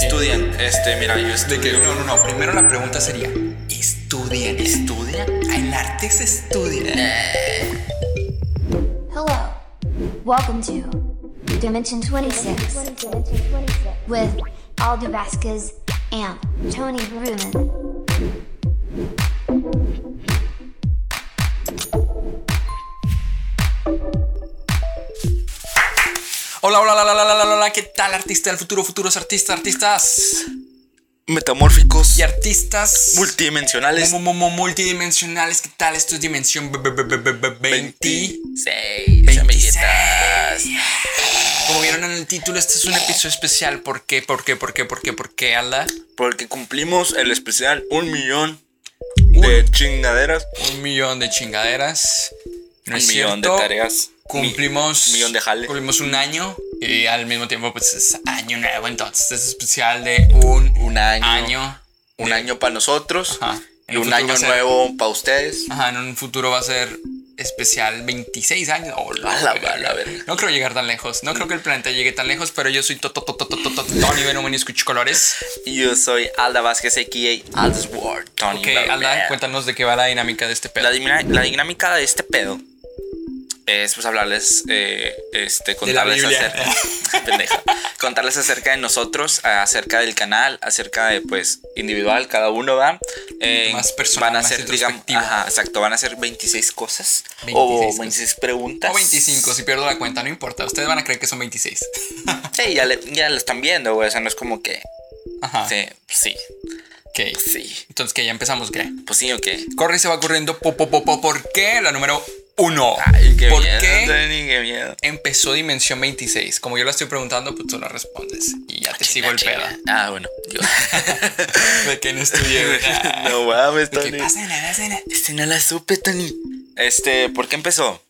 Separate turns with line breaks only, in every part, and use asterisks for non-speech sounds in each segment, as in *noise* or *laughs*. estudian? Este, mira, yo
De que,
estudio.
no, no, no. Primero la pregunta sería: ¿estudian? Ah,
¿Estudian?
El arte se estudia.
Hello. Welcome to Dimension 26 with Aldo Vasquez and Tony Bruman.
Hola, hola, hola, hola, hola, hola, hola. ¿Qué tal, artista del futuro, futuros artistas, artistas
Metamórficos.
y artistas
multidimensionales.
mu- mu- mu- multidimensionales? ¿Qué tal? Esto es dimensión b- b- b- b- b- 20.
26,
26.
amiguitas.
Como vieron en el título, este es un episodio especial. ¿Por qué? ¿Por qué? ¿Por qué? ¿Por qué? ¿Por qué, Alda?
Porque cumplimos el especial un millón de chingaderas.
Un millón de chingaderas. ¿No
un
es
millón
cierto?
de tareas.
Cumplimos.
Un millón de jale.
Cumplimos un año. Y al mismo tiempo, pues es año nuevo. Entonces es especial de un,
Un año.
año.
Un año para nosotros.
Ajá.
Y
En
un
el futuro va
año
a ser-
nuevo para ustedes.
Ajá, en un futuro va a ser especial 26 años. Oh,
A la- a la verga.
No creo llegar tan lejos. No creo que el planeta llegue tan lejos, pero yo soy Toto Toto Toto Toto Tony Venom y escucho colores.
Y yo soy Alda Vázquez, a.k.a. Alda's World. Tony
Ok,
Bauer.
Alda, cuéntanos de qué va la dinámica de este pedo.
La, dimina- la dinámica de este pedo es pues hablarles, eh, este,
la
contarles
Biblia.
acerca, *laughs* pendeja. contarles acerca de nosotros, acerca del canal, acerca de pues individual, cada uno va. Eh,
Más personal,
van a
más
ser, digamos,
introspectivo.
ajá, exacto, van a ser 26 cosas
26
o
cosas.
26 preguntas.
O 25, si pierdo la cuenta, no importa. Ustedes van a creer que son 26.
Sí, ya, le- ya lo están viendo, güey, o sea, no es como que,
Ajá.
sí, pues sí, pues
Ok.
sí,
Entonces, que ya empezamos, ¿qué?
pues sí o qué.
Corre y se va corriendo. Po, po, po, po, ¿Por qué? La número uno.
Ay, qué
¿Por
miedo,
qué
Tony, qué miedo.
empezó Dimensión 26? Como yo la estoy preguntando, pues tú la respondes. Y ya te sigo el pedo.
Ah, bueno, digo.
*laughs* De que no
*laughs*
estudié. Ah,
no mames, Tony.
¿Qué pasa? Pásala,
Este no la supe, Tony. Este, ¿por qué empezó?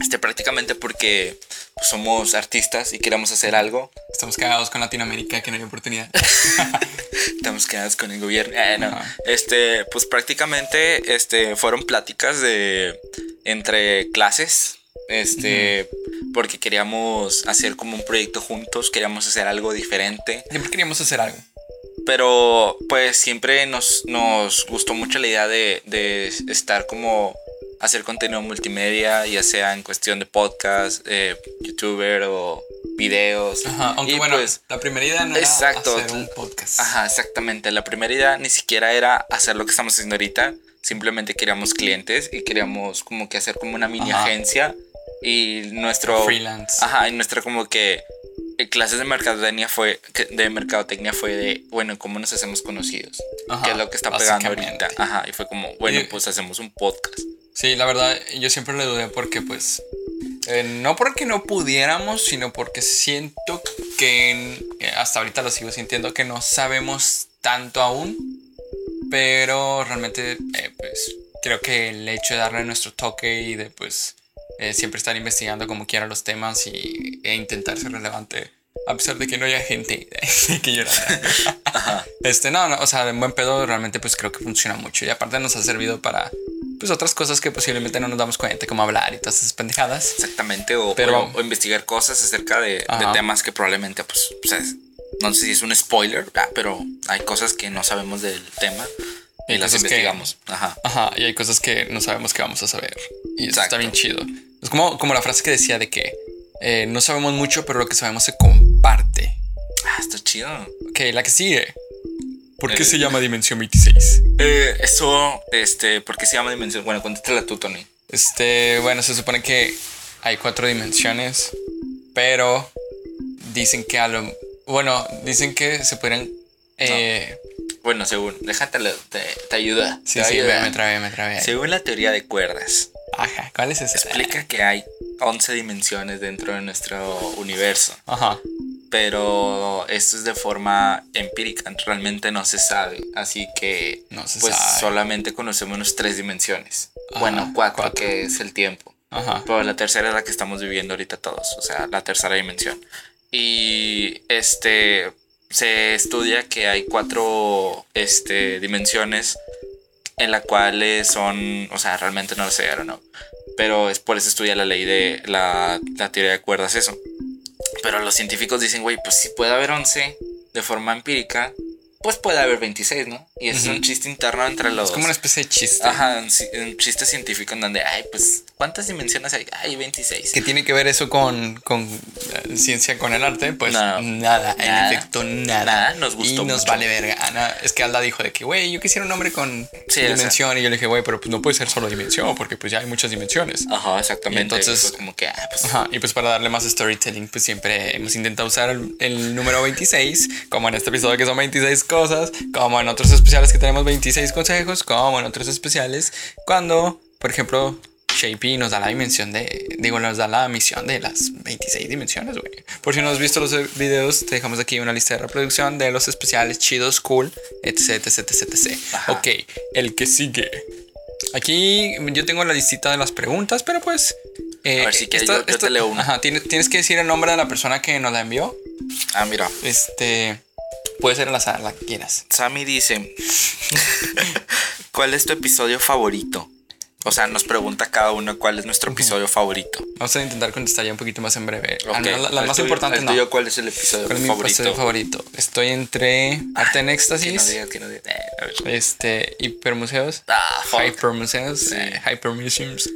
Este, prácticamente porque pues, somos artistas y queremos hacer algo.
Estamos cagados con Latinoamérica, que no hay oportunidad.
Estamos quedados con el gobierno. Eh, no.
Ajá.
Este, pues prácticamente este, fueron pláticas de entre clases. Este, porque queríamos hacer como un proyecto juntos, queríamos hacer algo diferente.
Siempre queríamos hacer algo.
Pero pues siempre nos, nos gustó mucho la idea de, de estar como hacer contenido multimedia, ya sea en cuestión de podcast, eh, youtuber o videos.
Ajá, aunque
Y,
bueno,
pues,
la primera idea no era
exacto.
hacer un podcast.
ajá, exactamente. La primera idea ni siquiera era hacer lo que estamos haciendo ahorita. Simplemente queríamos clientes y queríamos como que hacer como una mini
Ajá.
agencia. Y nuestro...
Freelance.
Ajá, y nuestra como que eh, clases de mercadotecnia fue que- de mercadotecnia fue de bueno, ¿cómo nos hacemos conocidos?
Ajá,
que es lo que está pegando
básicamente.
ahorita. Ajá, y fue como, bueno,
Y-
pues hacemos un podcast.
Sí, la verdad, yo siempre le dudé porque, pues, eh, no porque no pudiéramos, sino porque siento que, eh, hasta ahorita lo sigo sintiendo, que no sabemos tanto aún, pero realmente, eh, pues, creo que el hecho de darle nuestro toque y de, pues, eh, siempre estar investigando como quiera los temas y, e intentar ser relevante, a pesar de que no haya gente *laughs* que llorara. Este, no, no, o sea, de buen pedo realmente pues creo que funciona mucho y aparte nos ha servido para pues otras cosas que posiblemente no nos damos cuenta, como hablar y todas esas pendejadas.
Exactamente, o,
Pero-
o- o investigar cosas acerca de, de
Ajá.
temas que probablemente, pues, o sea, es- no sé si es un spoiler, ah, pero hay cosas que no sabemos del tema y,
Y
las
cosas que-
investigamos. Ajá.
Ajá, y hay cosas que no sabemos que vamos a saber. Y eso está
Exacto.
bien chido. Es como, como la frase que decía de que eh, no sabemos mucho, pero lo que sabemos se comparte.
Ah, está chido.
Ok, la que sigue. ¿Por qué
Eh.
se llama Dimensión 26?
Eh, eso, este, ¿por qué se llama dimensión? Bueno, contéstala tú, Tony.
Este, bueno, se supone que hay cuatro dimensiones, pero dicen que a lo... Bueno, dicen que se podrían... eh,
Bueno, según, déjate, lo- te, te ayuda.
Sí,
te
sí,
ayuda.
me trabé, me trabé.
Según la teoría de cuerdas,
Ajá, ¿cuál es esa?
explica que hay 11 dimensiones dentro de nuestro universo,
Ajá.
pero esto es de forma empírica, realmente no se sabe, así que
No se
pues
sabe.
solamente conocemos unas tres dimensiones,
Ajá,
bueno, cuatro,
cuatro.
que es el tiempo,
Ajá.
pero la tercera es la que estamos viviendo ahorita todos, o sea, la tercera dimensión. Y este se estudia que hay cuatro este, dimensiones en las cuales son, o sea, realmente no lo sé, ahora no. Pero es por eso estudia la ley de la, la teoría de cuerdas eso. Pero los científicos dicen, güey, pues si puede haber 11, de forma empírica, pues puede haber 26, ¿no? Y es
Ujú.
un chiste interno entre los...
Es como una especie de chiste.
Ajá, un, ci- un chiste científico en donde, ay, pues, ¿cuántas dimensiones hay? Ay, 26.
¿Qué tiene que ver eso con, con eh, ciencia, con el arte? Pues
No.
nada,
Nada.
en efecto, nada.
Nada, nos gustó
Y nos
mucho.
vale verga. Ana, es que Alda dijo de que, güey, yo quisiera un hombre con
Sí,
dimensión. Y yo le dije, güey, pero pues no puede ser solo dimensión, porque pues ya hay muchas dimensiones.
Ajá, exactamente.
Y entonces-
Fue como que, ah, pues,
Ajá, y pues para darle más storytelling, pues siempre hemos intentado usar el, el número 26, como en este episodio que son 26 cosas, como en otros especiales que tenemos 26 consejos, como en otros especiales, cuando, por ejemplo, Shapey nos da la dimensión de, digo, nos da la misión de las 26 dimensiones, güey. Por si no has visto los eh, videos, te dejamos aquí una lista de reproducción de los especiales chidos, cool, etc, etc, etc.
Ajá.
Ok, el que sigue. Aquí yo tengo la listita de las preguntas, pero pues... eh,
A ver, si quieres, yo- yo te leo una.
Ajá, tienes, tienes que decir el nombre de la persona que nos la envió.
ah, mira.
Este... Puede ser al azar, la que quieras.
Sammy dice, *laughs* ¿cuál es tu episodio favorito? O sea, nos pregunta cada uno cuál es nuestro episodio favorito.
Vamos a intentar contestar ya un poquito más en breve.
Ok,
Al menos la, la
el
más
tuyo-
importante
el
Ah, no.
tuyo, ¿Cuál es el episodio
¿Cuál es mi
favorito? Ah,
episodio favorito? Estoy entre Arte en
Que no
Éxtasis,
digas, que no digas. Eh, a ver.
este, Hipermuseos,
Ah, fuck.
Hypermuseos, eh, Hypermuseums.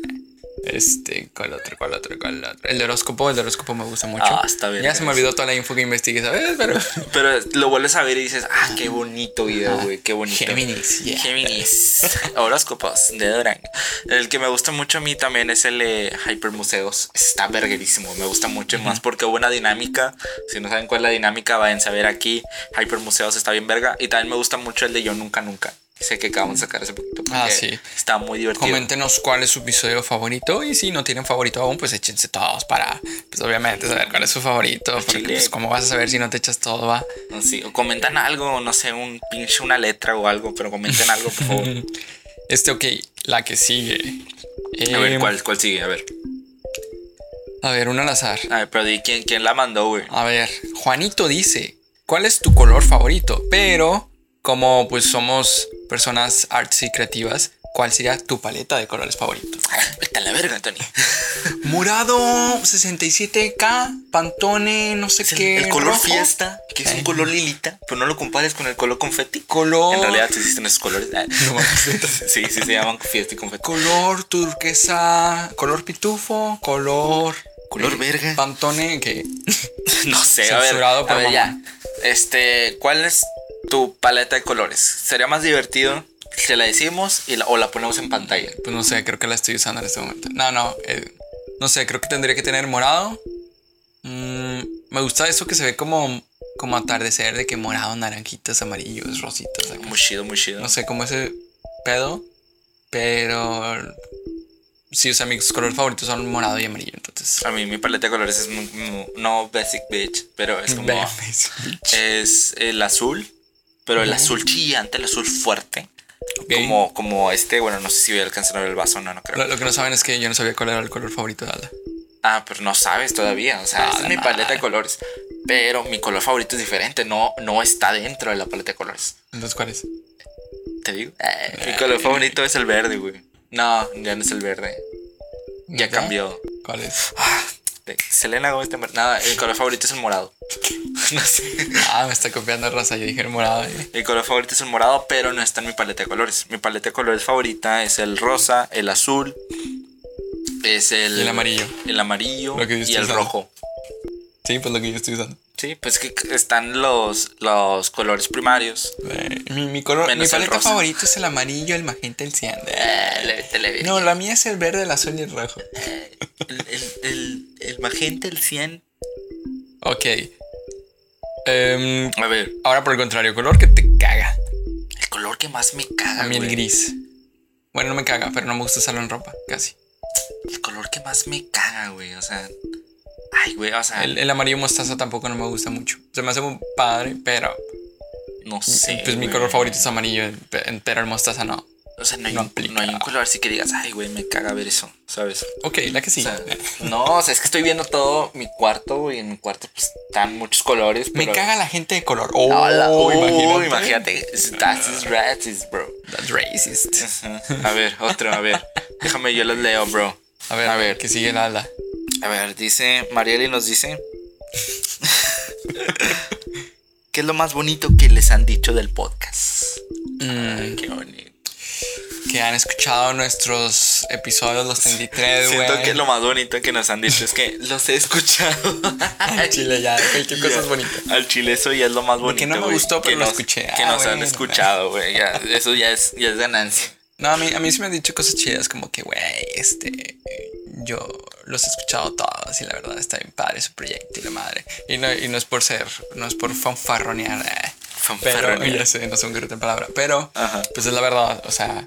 Este, ¿cuál otro? ¿Cuál otro? ¿Cuál otro? El de horóscopo, el de horóscopo me gusta mucho.
Ah, está bien.
Ya se me olvidó toda la info que investigué, ¿sabes? Pero
Pero lo vuelves a ver y dices, ah, qué bonito video, güey, qué bonito.
Géminis, yeah.
*laughs* Géminis. Horóscopos de Dorang. El que me gusta mucho a mí también es el de Hypermuseos. Está verguerísimo, me gusta mucho y más porque hubo una dinámica. Si no saben cuál es la dinámica, vayan a saber aquí. Hypermuseos está bien verga. Y también me gusta mucho el de Yo Nunca Nunca. Sé que acabamos de sacar hace poquito.
Ah,
porque
sí.
Está muy divertido.
Coméntenos cuál es su episodio favorito y si no tienen favorito aún, pues échense todos para, pues obviamente, saber cuál es su favorito. Porque
Chile.
pues cómo vas a saber si no te echas todo, va.
Ah, Sí, o comentan algo, no sé, un pinche, una letra o algo, pero comenten algo, por *laughs* favor.
Este, ok, la que sigue.
A ver,
Em,
¿cuál, cuál sigue? A ver.
A ver, una al azar.
A ver, pero di quién, quién la mandó, güey.
A ver, Juanito dice, ¿cuál es tu color favorito? Pero, como pues somos personas arts y creativas, ¿cuál sería tu paleta de colores favorito?
Vete a la verga, Tony.
Morado, 67K, pantone, no sé
Es el,
qué.
el color
rojo.
fiesta, que es un color lilita, pero no lo compares con el color confeti. Oh.
Color.
En realidad sí existen esos *laughs* colores. Ah.
No mames, neta.
sí, sí se llaman fiesta y confeti.
Color turquesa, color pitufo, color.
Color verga. *laughs*
Pantone, que.
No sé, a ver.
Censurado por
a ver, ya.
mamá.
Este, ¿cuál es tu paleta de colores? Sería más divertido si la decimos y la- o la ponemos en pantalla.
Pues no sé, creo que la estoy usando en este momento. No, no. eh, no sé, creo que tendría que tener morado. Mm, me gusta eso que se ve como, como atardecer, de que morado, naranjitas, amarillos, rositas. acá.
Muy chido, muy chido.
No sé, como ese pedo. Pero. Sí, o sea, mis colores favoritos son morado y amarillo, entonces.
A mí mi paleta de colores es muy- muy- no basic bitch, pero es como es el azul, pero el azul chillante, el azul fuerte.
Ok.
Como, como este, bueno, no sé si voy a alcanzar a ver el vaso, no, no creo.
*laughs* Lo, lo que no saben es que yo no sabía cuál era el color favorito de Alda.
Ah, pero no sabes todavía. O sea,
Ah,
esa es mi
nah.
paleta de colores. Pero mi color favorito es diferente. No, no está dentro de la paleta de colores.
Entonces, ¿cuál es?
Te digo. Eh, mi color favorito es el verde, güey. No, ya no es el verde. Ya
¿Verdad?
cambió.
¿Cuál es?
De- Selena Gómez de Mar- Nada, el color favorito es el morado. *laughs* No sé.
Ah, me está copiando raza. Yo dije el morado. eh.
Mi color favorito es el morado, pero no está en mi paleta de colores. Mi paleta de colores favorita es el rosa, el azul, es el,
Y el amarillo.
el amarillo
Lo que yo estoy
y el
usando.
rojo.
Sí, pues lo que yo estoy usando.
Sí, pues que están los, los colores primarios.
Eh, Mi, mi color,
Menos
mi
el
paleta
rosa.
favorita es el amarillo, el magenta, el cian. Eh,
Eh, le- te le-
No, la mía es el verde, el azul y el rojo.
El, el- el- el magenta, el 100.
Ok. Em,
A ver,
ahora por el contrario, color que te caga.
el color que más me caga.
A mí el
güey.
gris. Bueno, no me caga, pero no me gusta usarlo en ropa, casi.
El color que más me caga, güey. O sea. Ay, güey, o sea,
El, el amarillo mostaza tampoco no me gusta mucho. Se me hace muy padre, pero
no sé.
pues mi
güey.
color favorito es amarillo, pe- pero el mostaza no.
O sea, no hay,
no
un, no hay un
aplica.
color así que digas, ay, güey, me caga ver eso, ¿sabes?
Ok, la que
O
sí.
sea, no, o sea, es que estoy viendo todo mi cuarto, güey. En mi cuarto pues, están muchos colores.
Me
pero-
caga la gente de color. Oh,
Hola, oh,
imagínate.
imagínate. That's racist, bro.
That's racist.
A ver, otro, a ver. Déjame, yo los leo, bro.
A ver, a ver, que sigue la ala.
A ver, dice, Marieli nos dice. ¿Qué es lo más bonito que les han dicho del podcast? Ay, qué bonito.
Que han escuchado nuestros episodios, los 33, güey.
Siento
*laughs*
que lo más bonito que nos han dicho es que los he *laughs* escuchado.
Al chile ya, cualquier cosa es bonita.
Al chile eso ya es lo más bonito.
Que no me
güey,
gustó,
que
pero lo
nos-
escuché.
Que
Ah,
nos han
bueno.
escuchado, güey. ya, eso ya es, ya es ganancia.
No, a mí, a mí sí me han dicho cosas chidas, como que, güey, este. Yo los he escuchado todos y la verdad está bien padre su proyecto y la madre. Y no, y no es por ser, no es por fanfarronear. eh. Pero,
Fanfarronear.
ya sé, no sé un en palabra. Pero,
Ajá.
pues es la verdad, o sea.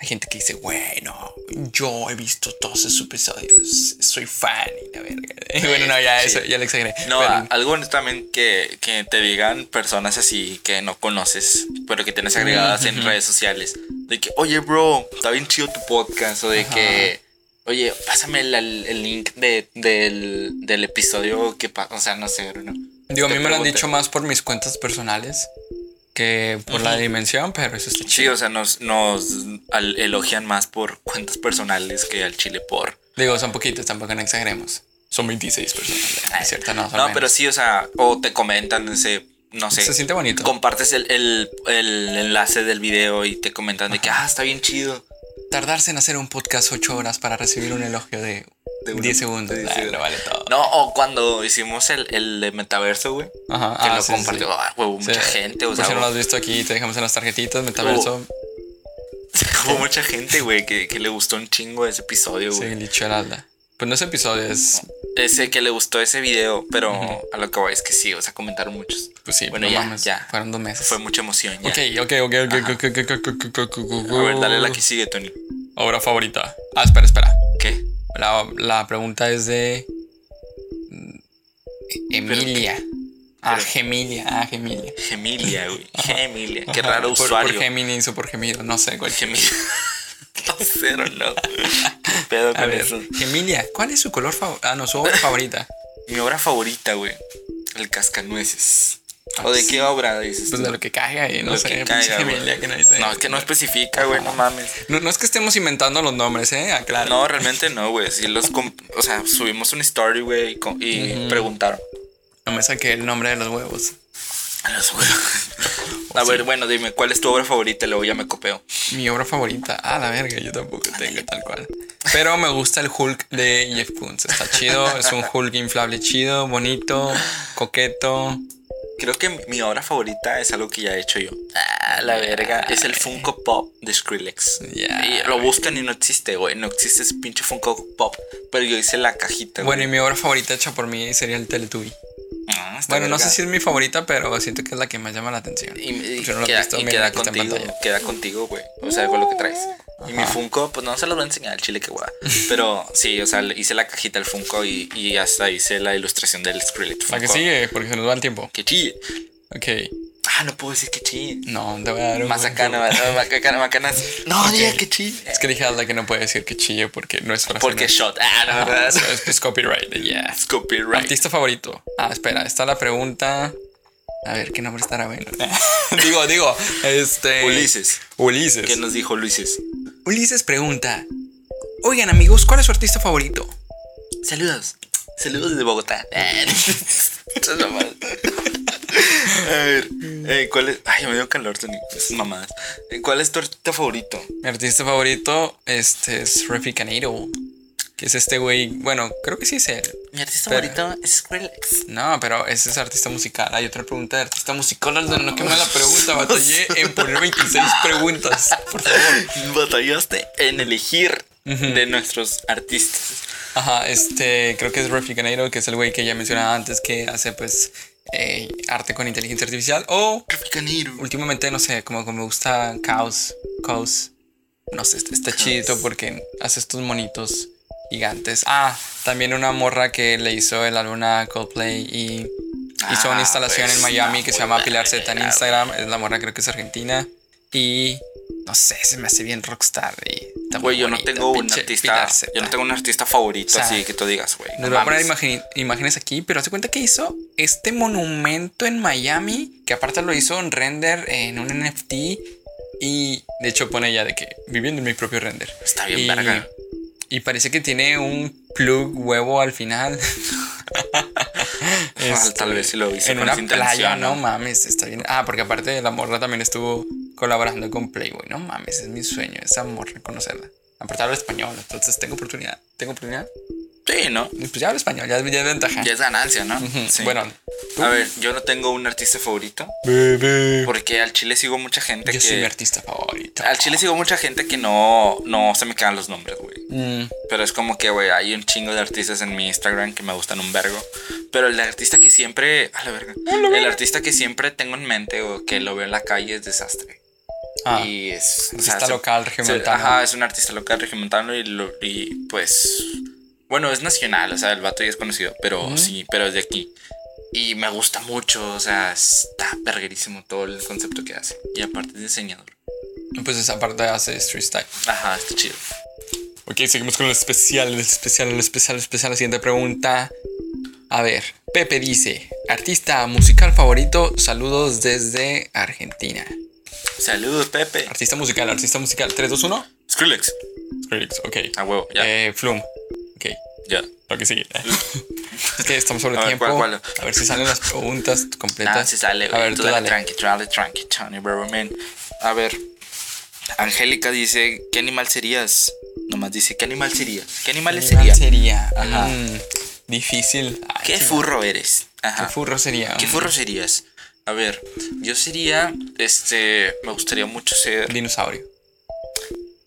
Hay gente que dice, güey, no, yo he visto todos esos episodios, soy fan y la verga. *laughs* Y bueno, no, ya
Sí.
eso, ya le exageré.
No, ah,
Pero-
a- algo también que, que te digan personas así que no conoces, pero que tienes agregadas en redes sociales. De que, oye, bro, está bien chido tu podcast. O de que, oye, pásame la- el link de- del, del episodio que pa- O sea, no sé, Bruno.
Digo, a mí
Te
me lo han
pregunté.
dicho más por mis cuentas personales que por la dimensión, pero eso está
Sí,
chido.
o sea, nos, nos al- elogian más por cuentas personales que al chile por.
Digo, son poquitos, tampoco no exageremos. Son 26 personas. ¿no? Es cierto, no, son
No,
menos.
pero sí, o sea, o te comentan ese, no sé.
se siente bonito.
Compartes el, el- el enlace del video y te comentan de que, ah, está bien chido.
Tardarse en hacer un podcast 8 horas para recibir un elogio de,
De uno-
10 segundos.
de diez
Ah,
segundos.
no vale todo.
No, o cuando hicimos el, el de metaverso, güey. Que
Ajá, ah,
lo
sí, sí,
compartió,
sí.
ah, huevo, mucha
Sí.
gente, o Oh,
Por
sea,
si no lo has
hubo,
visto aquí, te dejamos en las tarjetitas, metaverso.
*laughs* hubo mucha gente, güey, que, que le gustó un chingo ese episodio,
Sí,
güey.
dicho heralda. Pues no es episodio, es.
Ese que le gustó ese video, pero a lo que voy es que sí, o sea, comentaron muchos.
Pues sí,
Bueno,
no
ya,
mames,
ya.
Fueron dos meses.
Fue mucha emoción, ya.
Ok, Uh. ok, ok, ok, ok, ok, ok, ok, ok, ok, ok.
A ver, dale la que sigue, Tony.
Obra favorita. Ah, espera, espera.
¿Qué?
La, la pregunta es de. mm, Emilia. Ah,
pero-
Gemilia. Ah, Gemilia.
Gemilia, güey. Gemilia. Qué
Ajá,
raro
por,
usuario.
Por Géminis o por Gemido, no sé
*laughs*
cuál.
Gemilia. no sé, no. Qué pedo
A
con
ver,
eso.
Gemilia, ¿cuál es su color favorito? Ah, no, su
*laughs*
obra favorita.
Mi obra favorita, güey. El cascanueces. ¿O de qué obra dices?
Pues
tú?
de lo que caiga y no
Lo
sé.
que
*laughs* pinche
caiga, güey.
Gemilia, que nadie sabe.
No, es que no especifica, güey, no mames.
No, no es que estemos inventando los nombres, ¿eh? Aclaro.
No, realmente no, güey. Si los comp- o sea, subimos una story, güey, y, co- y preguntaron.
No me saqué el nombre de los huevos.
A los güeyes. *laughs* A ver, bueno, dime, ¿cuál es tu obra favorita? Luego ya me copeo.
Mi obra favorita. Ah, la verga, yo tampoco tengo tal cual. Pero me gusta el Hulk de Jeff Koons. Está chido. Es un Hulk inflable chido, bonito, coqueto.
Creo que mi- mi obra favorita es algo que ya he hecho yo. Ah, la verga. Es el Funko Pop de Skrillex.
Ya,
Y lo buscan y no existe, güey. No existe ese pinche Funko Pop. Pero yo hice la cajita,
Bueno, y mi
güey.
obra favorita hecha por mí sería el Teletubby.
Ah, esta
Bueno, no
verga.
sé si es mi favorita, pero siento que es la que más llama la atención.
Y, y
Yo no lo he
queda,
visto,
y
miren,
queda
aquí está en
contigo,
pantalla.
queda contigo, güey. O sea, con lo que traes. Y mi Funko, pues no se los voy a enseñar al chile
*laughs*
que guay. Pero sí, o sea, le hice la cajita al Funko y, y hasta hice la ilustración del Skrillex.
La
Funko.
que sigue, porque se nos va el tiempo.
Que chille.
Ok.
Ah, no puedo decir que chille.
No, te voy a dar un.
Macacana, ma-
*laughs*
macacana, macanas. No, diga que chille.
Es que dije a la que no puede decir que chille porque no es frase.
Porque
no.
shot. Ah, no,
Ah,
verdad.
eso es, es copyright. Yeah.
Es copyright.
Artista favorito. Ah, espera, está la pregunta. A ver, ¿qué nombre estará bueno? *laughs* digo, digo, este.
Ulises.
Ulises.
¿Qué nos dijo Ulises?
Ulises pregunta: Oigan, amigos, ¿cuál es su artista favorito?
Saludos. Saludos desde Bogotá. *laughs* Eso es lo malo. A ver, eh, ¿cuál es? Ay, me dio calor, Tony. Esas Mamadas. Eh, ¿Cuál es tu artista favorito?
Mi artista favorito este es Refi Canero. Que es este güey. Bueno, creo que sí es él.
Mi artista
Espera.
favorito es Skrillex.
No, pero ese es artista musical. Hay otra pregunta de artista musical. Aldo, No, qué mala pregunta. Batallé en poner 26 preguntas. Por favor.
Batallaste en elegir de nuestros artistas.
Ajá, este, creo que es Refi Canero, que es el güey que ya mencionaba antes, que hace pues eh, arte con inteligencia artificial. O
Canero.
últimamente, no sé, como que me gusta Caos. Caos. No sé, está, está chido porque hace estos monitos gigantes. Ah, también una morra que le hizo el álbum a Coldplay y hizo
Ah,
una instalación
pues,
en Miami
no,
que se
muy
llama Pilar
verga,
Z en Instagram. Es la morra, creo que es argentina. Y no sé, se me hace bien rockstar. Y está muy
Güey, yo no
bonita,
tengo un
pinche
artista.
Pilar Zeta.
Yo no tengo un artista
O
favorito,
sea,
así que tú digas, güey.
Nos
no
va a poner
mames.
imagi- imágenes aquí, pero hace cuenta que hizo este monumento en Miami, que aparte lo hizo en render en un NFT. Y de hecho pone ya de que viviendo en mi propio render.
Está bien,
y,
verga. *laughs*
Y parece que tiene un plug huevo al final. Este,
tal vez si lo hice
en
con
una
esa
playa,
intención,
no
¿no?
mames, está bien. Ah, porque aparte la morra también estuvo colaborando con Playboy, no mames, es mi sueño esa morra conocerla. Aparte habla español, entonces tengo oportunidad, tengo oportunidad.
Sí, ¿no?
Y Pues ya hablo español, ya, es- ya es ventaja.
Ya es ganancia, ¿no?
Ujú,
Sí.
Bueno, tú-
A ver, yo no tengo un artista favorito.
Bebé.
Porque al chile sigo mucha gente
Yo
que.
soy mi artista favorito.
al chile sigo mucha gente que no, no se me quedan los nombres, güey.
Mm,
Pero es como que, güey, hay un chingo de artistas en mi Instagram que me gustan un vergo. Pero el artista que siempre. A la verga. El artista que siempre tengo en mente o que lo veo en la calle es desastre.
ah,
Y es. o sea,
artista
se-
local,
se-
regimental.
ajá, es un artista local regimentano y, lo- y, pues. Bueno, es nacional, o sea, el vato ya es conocido, pero sí, pero es de aquí. Y me gusta mucho, o sea, está verguerísimo todo el concepto que hace. Y aparte es diseñador.
Pues esa parte hace street style.
Ajá, está chido.
Ok, seguimos con el especial, el especial, el especial, el especial. La siguiente pregunta. A ver, Pepe dice, artista musical favorito, saludos desde Argentina.
Saludos, Pepe.
Artista musical, artista musical. 3, 2, 1.
Skrillex.
Skrillex, ok.
A huevo, ya,
Eh, Flum. Ok,
ya.
lo que sigue. *laughs* es que estamos sobre
A ver,
tiempo.
¿cuál, cuál?
A ver si salen las preguntas completas.
Nada, si sale,
A
güey.
ver,
Tú
tú
dale,
dale.
tranqui, dale, tranqui, Tony Braverman. A ver. Angélica dice, ¿qué animal serías? Nomás dice, ¿qué animal serías? ¿Qué animal
¿Qué
sería?
animal sería?
Ajá.
Mm, difícil. Ay,
¿Qué
sí,
furro eres? Ajá.
¿Qué furro sería?
¿Qué
Mm,
furro serías? A ver, yo sería, este, me gustaría mucho ser...
Dinosaurio.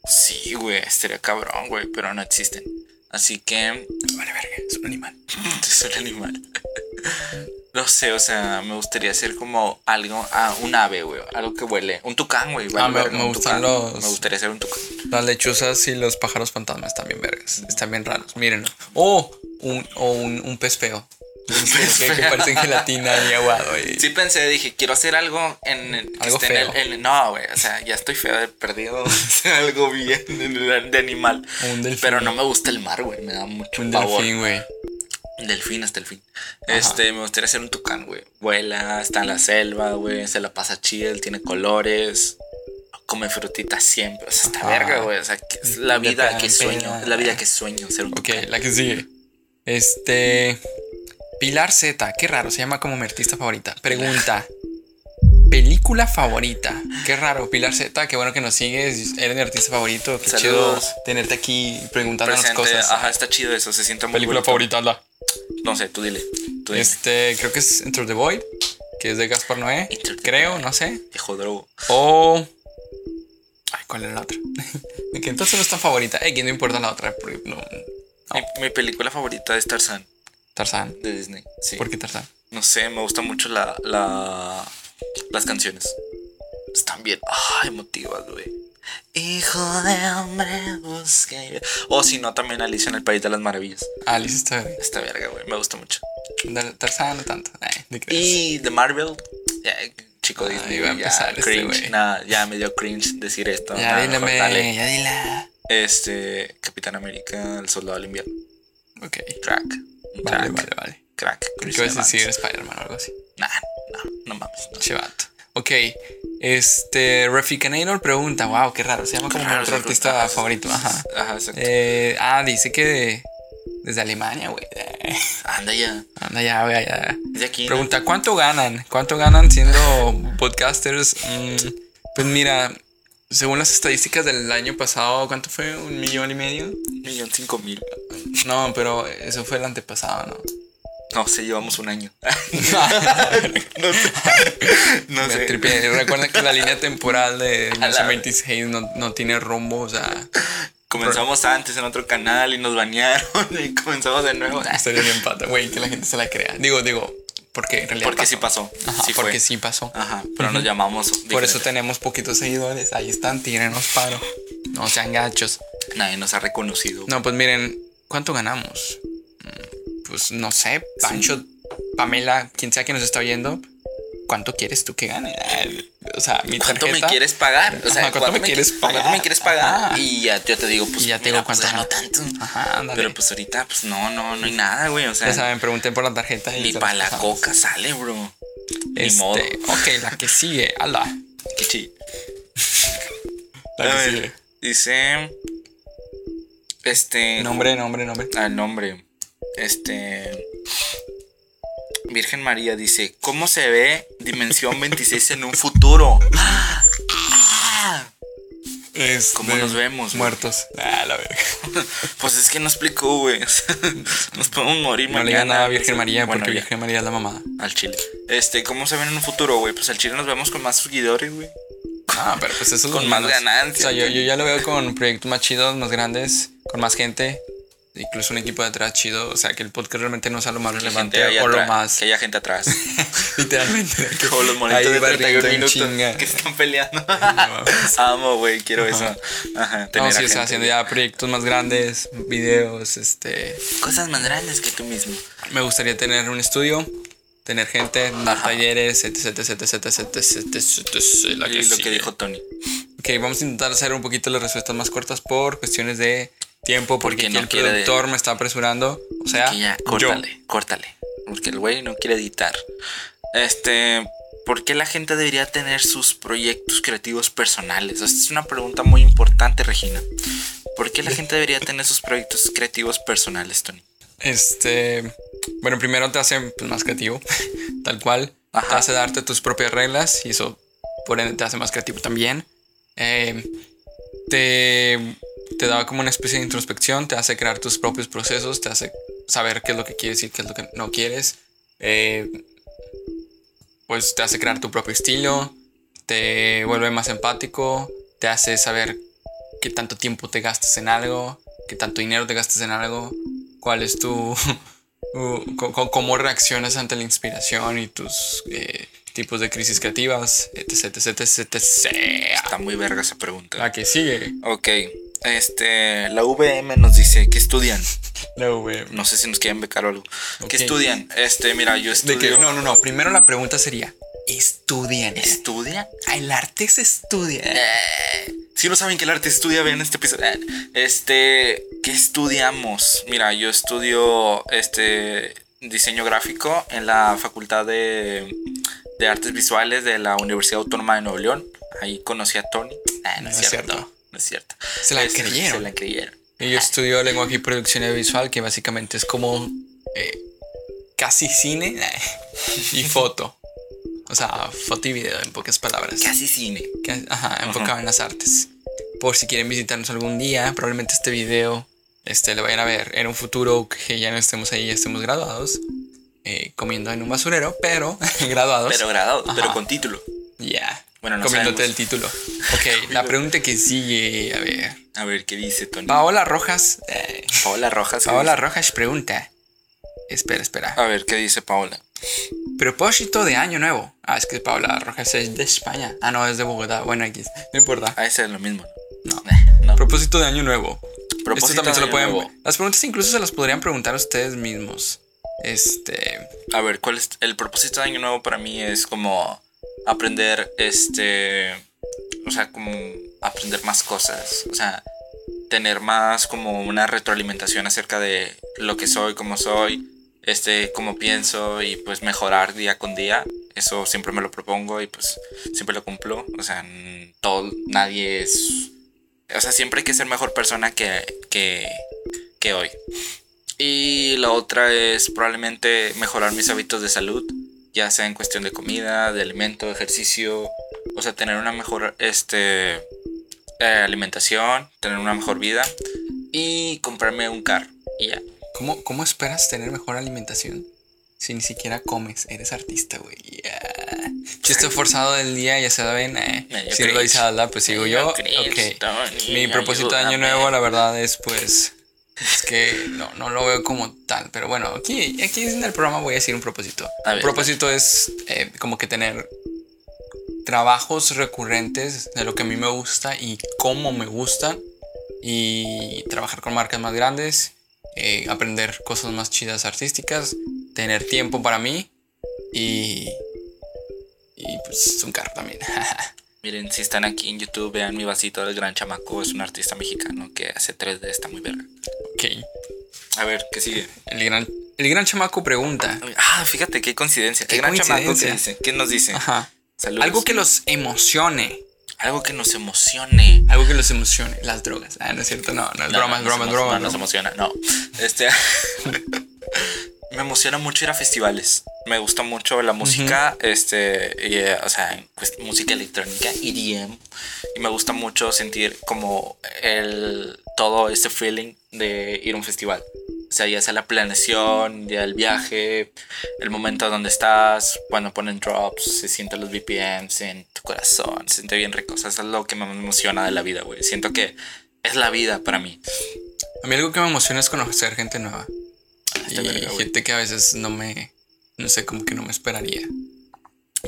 Sí, güey, estaría cabrón, güey, pero no existen. Así que *laughs*
Vale, verga, es un animal.
es un animal. *laughs* No sé, o sea, me gustaría ser como algo, ah, un ave, güey, algo que huele. Un tucán, güey. vale
Ah, me-
verga,
me
un
gustan
tucán.
los-
Me gustaría ser un tucán.
Las lechuzas y los pájaros fantasmas también vergas. Están bien raros, mírenlo. O un, o un, un pez feo. Un pez feo
*laughs*
que parecen gelatina y aguado. y-
Sí pensé, dije, quiero hacer algo en el... que
Algo
esté en el-
feo.
en- no, güey, o sea, ya estoy feo de perdido. *laughs* hacer algo bien de, de animal.
Un delfín.
Pero no me gusta el mar, güey, me da mucho
Un
pavor.
delfín, güey.
Delfín hasta el fin. Este, me gustaría ser un tucán, güey. Vuela, está en la selva, güey. Se la pasa chill, tiene colores. Come frutitas siempre. O sea, está
Ajá.
verga, güey. O sea, que es la
De
vida
peda
que
Ah. en
sueño.
peda.
Es la vida que sueño ser un
Ok,
tucán.
la que sigue. Este. Pilar Z, qué raro, se llama como mi artista favorita. Pregunta. Película favorita. Qué raro, Pilar Z, qué bueno que nos sigues. Eres mi artista favorito. Qué
Saludos.
chido tenerte aquí preguntándonos
Presente.
cosas.
Ajá, está chido eso. Se siente muy
Película
bonito.
favorita, anda.
No sé, tú dile. Tú dile.
Este, creo que es Enter the Void, que es de Gaspar Noé.
Enter the
Creo,
Void.
no sé.
Viejo drogo.
O. Ay, ¿cuál era la otra? *laughs* que entonces no es tan favorita. Eh, que no importa la otra. porque No.
Mi, mi película favorita es Tarzan
Tarzán.
de Disney. Sí.
¿Por qué Tarzán?
No sé, me gusta mucho la, la- las canciones. Están bien ah, emotivas, güey. Hijo de hombre, busca. y ve- O si no, también Alicia en el País de las Maravillas.
Alice Ah, está bien.
Esta verga, güey, me gusta mucho.
Dar- Tarzán no tanto. Ay, ¿de crees?
Y de Marvel, ya, chico
Ay,
Disney,
va a
ya,
empezar este
cringe.
güey.
nada, ya me dio cringe decir esto.
ya
nada, mejor
dílame,
dale.
ya dila.
Este, Capitán América, El Soldado del Invierno.
Ok.
Crack.
Vale,
crack,
vale, vale.
Crack.
¿Qué vas a decir Spider-Man o algo así?
Nah, no, no mames. no.
Chevato. Ok. Este, Reficanator pregunta, wow, qué raro, se llama como
Raro,
nuestro
sí,
artista
raro.
favorito, ajá.
Ajá, exacto.
Eh, ah, dice que de- desde Alemania, güey. Eh,
Anda ya.
Anda ya, güey, ya.
De aquí. ¿no?
Pregunta, ¿cuánto ganan? ¿Cuánto ganan siendo podcasters? Mm, pues mira, según las estadísticas del año pasado, ¿cuánto fue? ¿Un millón y medio?
Un millón cinco mil.
No, pero eso fue el antepasado, ¿no?
No sé, llevamos
*laughs*
un año. *laughs* no sé. No
Me
sé.
tripié.
*laughs*
Recuerden que la línea temporal de
A la-
26 no, no tiene rumbo, o sea,
Comenzamos antes en otro canal y nos bañaron *laughs* y comenzamos de nuevo.
estaría bien pata, güey, que la gente se la crea. Digo, digo, porque en realidad.
Porque sí pasó.
Ajá,
sí fue.
porque sí pasó.
Ajá, pero nos llamamos.
Por eso
diferente.
tenemos poquitos seguidores. Ahí están, tírenos paro. No sean gachos.
Nadie nos ha reconocido.
No, pues miren, ¿cuánto ganamos? Mm, Pues no sé, Pancho, Pamela, quien sea que nos está oyendo, ¿cuánto quieres tú que gane? Ay, O sea, mi
¿Cuánto me
tarjeta-
quieres pagar? O sea,
Ajá, ¿cuánto me quieres
qui- cuánto
pagar?
me quieres pagar?
Ajá.
Y ya yo te digo, pues.
Y ya te digo
mira, pues,
cuánto.
no tanto.
Ajá, ándale.
Pero pues ahorita, pues no, no, no hay nada, güey. O
Ya
sea,
saben, pregunten por la tarjeta. y
ni
se
para
las
la
pasamos.
coca sale, bro. Ni
Este,
modo.
ok, la que sigue, ala.
Qué chido.
La que
A ver,
sigue.
Dice. Este.
Nombre, nombre, nombre.
Al nombre. Este. Virgen María dice, ¿cómo se ve Dimensión 26 en un futuro?
Este,
¿Cómo nos vemos, güey?
Muertos. Ah, la verga.
Pues es que no explicó, güey. *laughs* Nos podemos morir
No le digan nada a Virgen
Dice,
María
bueno,
porque
ya,
Virgen María es la mamada.
Al chile. Este, ¿cómo se ven en un futuro, güey? Pues al chile nos vemos con más seguidores, güey.
Ah, pero pues eso es
Con
lo
más
malo.
ganancias,
O sea, yo,
güey.
yo ya lo veo con proyectos más chidos, más grandes, con más gente. Incluso un equipo detrás chido. O sea, que el podcast realmente no sea lo más
Que la
relevante
gente ahí
o lo
atrás-
más.
Que haya gente atrás.
*laughs* Literalmente.
*laughs* Como los monitos
Ahí
de
barriendo
31
en
minutos
chinga.
que están peleando. *laughs*
mames.
Amo, güey, quiero eso.
Ajá.
Ajá, tener
No,
a
sí, o
gente.
sea, haciendo ya proyectos más grandes, videos, este...
Cosas más grandes que tú mismo.
Me gustaría tener un estudio, tener gente, dar talleres, etc, etc, etc, etc, etc, etc, la
Y lo que
sigue.
dijo Tony.
Ok, vamos a intentar hacer un poquito las respuestas más cortas por cuestiones de tiempo, porque,
Porque
aquí
no
el
quiere-
productor me está apresurando. O sea,
Que ya,
yo.
córtale, córtale. Porque el güey no quiere editar. Este, ¿por qué la gente debería tener sus proyectos creativos personales? Esta es una pregunta muy importante, Regina. ¿Por qué la gente debería tener sus proyectos creativos personales, Tony?
Este, bueno, primero te hace pues, más creativo, *laughs* tal cual. Te
Ajá.
hace darte tus propias reglas y eso, por ende, te hace más creativo también. Eh, te, te da como una especie de introspección, te hace crear tus propios procesos, te hace saber qué es lo que quieres y qué es lo que no quieres. Eh, pues te hace crear tu propio estilo, te vuelve más empático, te hace saber qué tanto tiempo te gastas en algo, qué tanto dinero te gastas en algo, cuál es tu... *laughs* u- co- co- cómo reaccionas ante la inspiración y tus eh, tipos de crisis creativas, etc, etc, etc, etc.
Está muy verga esa pregunta.
La que sigue,
Ok. Este, la VM nos dice que estudian.
la V.
No sé si nos quieren becar o algo. ¿Qué
Ok.
estudian? Este, mira, yo
De
estudio.
que, no, no, no. Primero la pregunta sería: ¿estudian?
¿Estudian?
El arte se estudia.
Eh, Si no saben que el arte se estudia, vean este episodio. Eh, Este, ¿qué estudiamos? Mira, yo estudio este diseño gráfico en la Facultad de, de Artes Visuales de la Universidad Autónoma de Nuevo León. Ahí conocí a Tony. Ah, no, es
No es
cierto.
cierto.
No es cierto.
Se la
Este,
creyeron.
Se la creyeron.
Y Yo estudio lenguaje y producción audiovisual, que básicamente es como eh, casi cine y foto. O sea, foto y video, en pocas palabras.
Casi cine.
que- ajá, enfocado en las artes. Por si quieren visitarnos algún día, probablemente este video este, lo vayan a ver en un futuro que ya no estemos ahí, ya estemos graduados, eh, comiendo en un basurero, pero *laughs* graduados.
Pero graduado,
Ajá.
pero con título.
Ya.
Bueno, no
comiéndote
sabemos.
el título.
*laughs*
Ok, la pregunta que sigue, a ver.
A ver, ¿qué dice Tony?
Paola Rojas. eh,
Paola Rojas. ¿qué
Paola
dice?
Rojas pregunta. Espera, espera.
A ver, ¿qué dice Paola?
Propósito de año nuevo. Ah, es que Paola Rojas es de España. Ah, no, es de Bogotá. Bueno, aquí no importa.
Ah, ese es lo mismo. Eh,
No.
No. este
Propósito de año nuevo.
Propósito
Esto también se lo
de año
pueden.
nuevo.
Las preguntas incluso se las podrían preguntar a ustedes mismos. Este.
A ver, ¿cuál es el propósito de año nuevo para mí? Es como aprender, este, o sea, como aprender más cosas, o sea, tener más como una retroalimentación acerca de lo que soy, cómo soy, este, cómo pienso y pues mejorar día con día. Eso siempre me lo propongo y pues siempre lo cumplo. O sea, n- todo, nadie es, o sea, siempre hay que ser mejor persona que, que, que hoy. Y la otra es probablemente mejorar mis hábitos de salud, ya sea en cuestión de comida, de alimento, ejercicio, o sea, tener una mejor este, eh, alimentación, tener una mejor vida y comprarme un carro. Y ya.
¿Cómo, cómo esperas tener mejor alimentación? Si ni siquiera comes, eres artista, güey. Yeah. Chiste forzado del día, ya saben. Eh.
Me dio
Si no lo
cringe.
dice Alda, pues sigo yo.
Me dio cringe,
Ok.
Tony,
Mi propósito de año
ayúdame.
nuevo, la verdad, es pues. Es que no, no lo veo como tal. Pero bueno, aquí, aquí en el programa voy a decir un propósito.
A
Un
ver,
propósito es eh, como que tener trabajos recurrentes de lo que a mí me gusta y cómo me gustan. Y trabajar con marcas más grandes. eh, aprender cosas más chidas artísticas. Tener tiempo para mí. Y. Y pues un carro también. *laughs*
Miren, si están aquí en YouTube, vean mi vasito del gran chamaco. Es un artista mexicano que hace 3D, está muy verga.
ok.
A ver, ¿qué sigue?
El gran, el gran chamaco pregunta.
Ah, fíjate, qué coincidencia. Qué,
Qué
gran chamaco que
coincidencia.
dice. ¿Qué nos dice?
Ajá.
Saludos.
Algo que los emocione.
Algo que nos emocione.
Algo que los emocione. Las drogas. Ah, no es cierto. No, no es broma, es broma, es broma.
No, nos
no.
emociona, no. Este. *laughs* me emociona mucho ir a festivales. Me gusta mucho la música, este, y, eh, o sea, pues, música electrónica, EDM. Y me gusta mucho sentir como el, todo este feeling de ir a un festival. O sea, ya sea la planeación, ya el viaje, el momento donde estás, cuando ponen drops, se sienten los BPMs en tu corazón, se siente bien rico. O sea, eso es lo que me emociona de la vida, güey. Siento que es la vida para mí.
A mí algo que me emociona es conocer gente nueva. Y
Ah, Está verga, güey.
gente que a veces no me. No sé, como que no me esperaría. Y
Está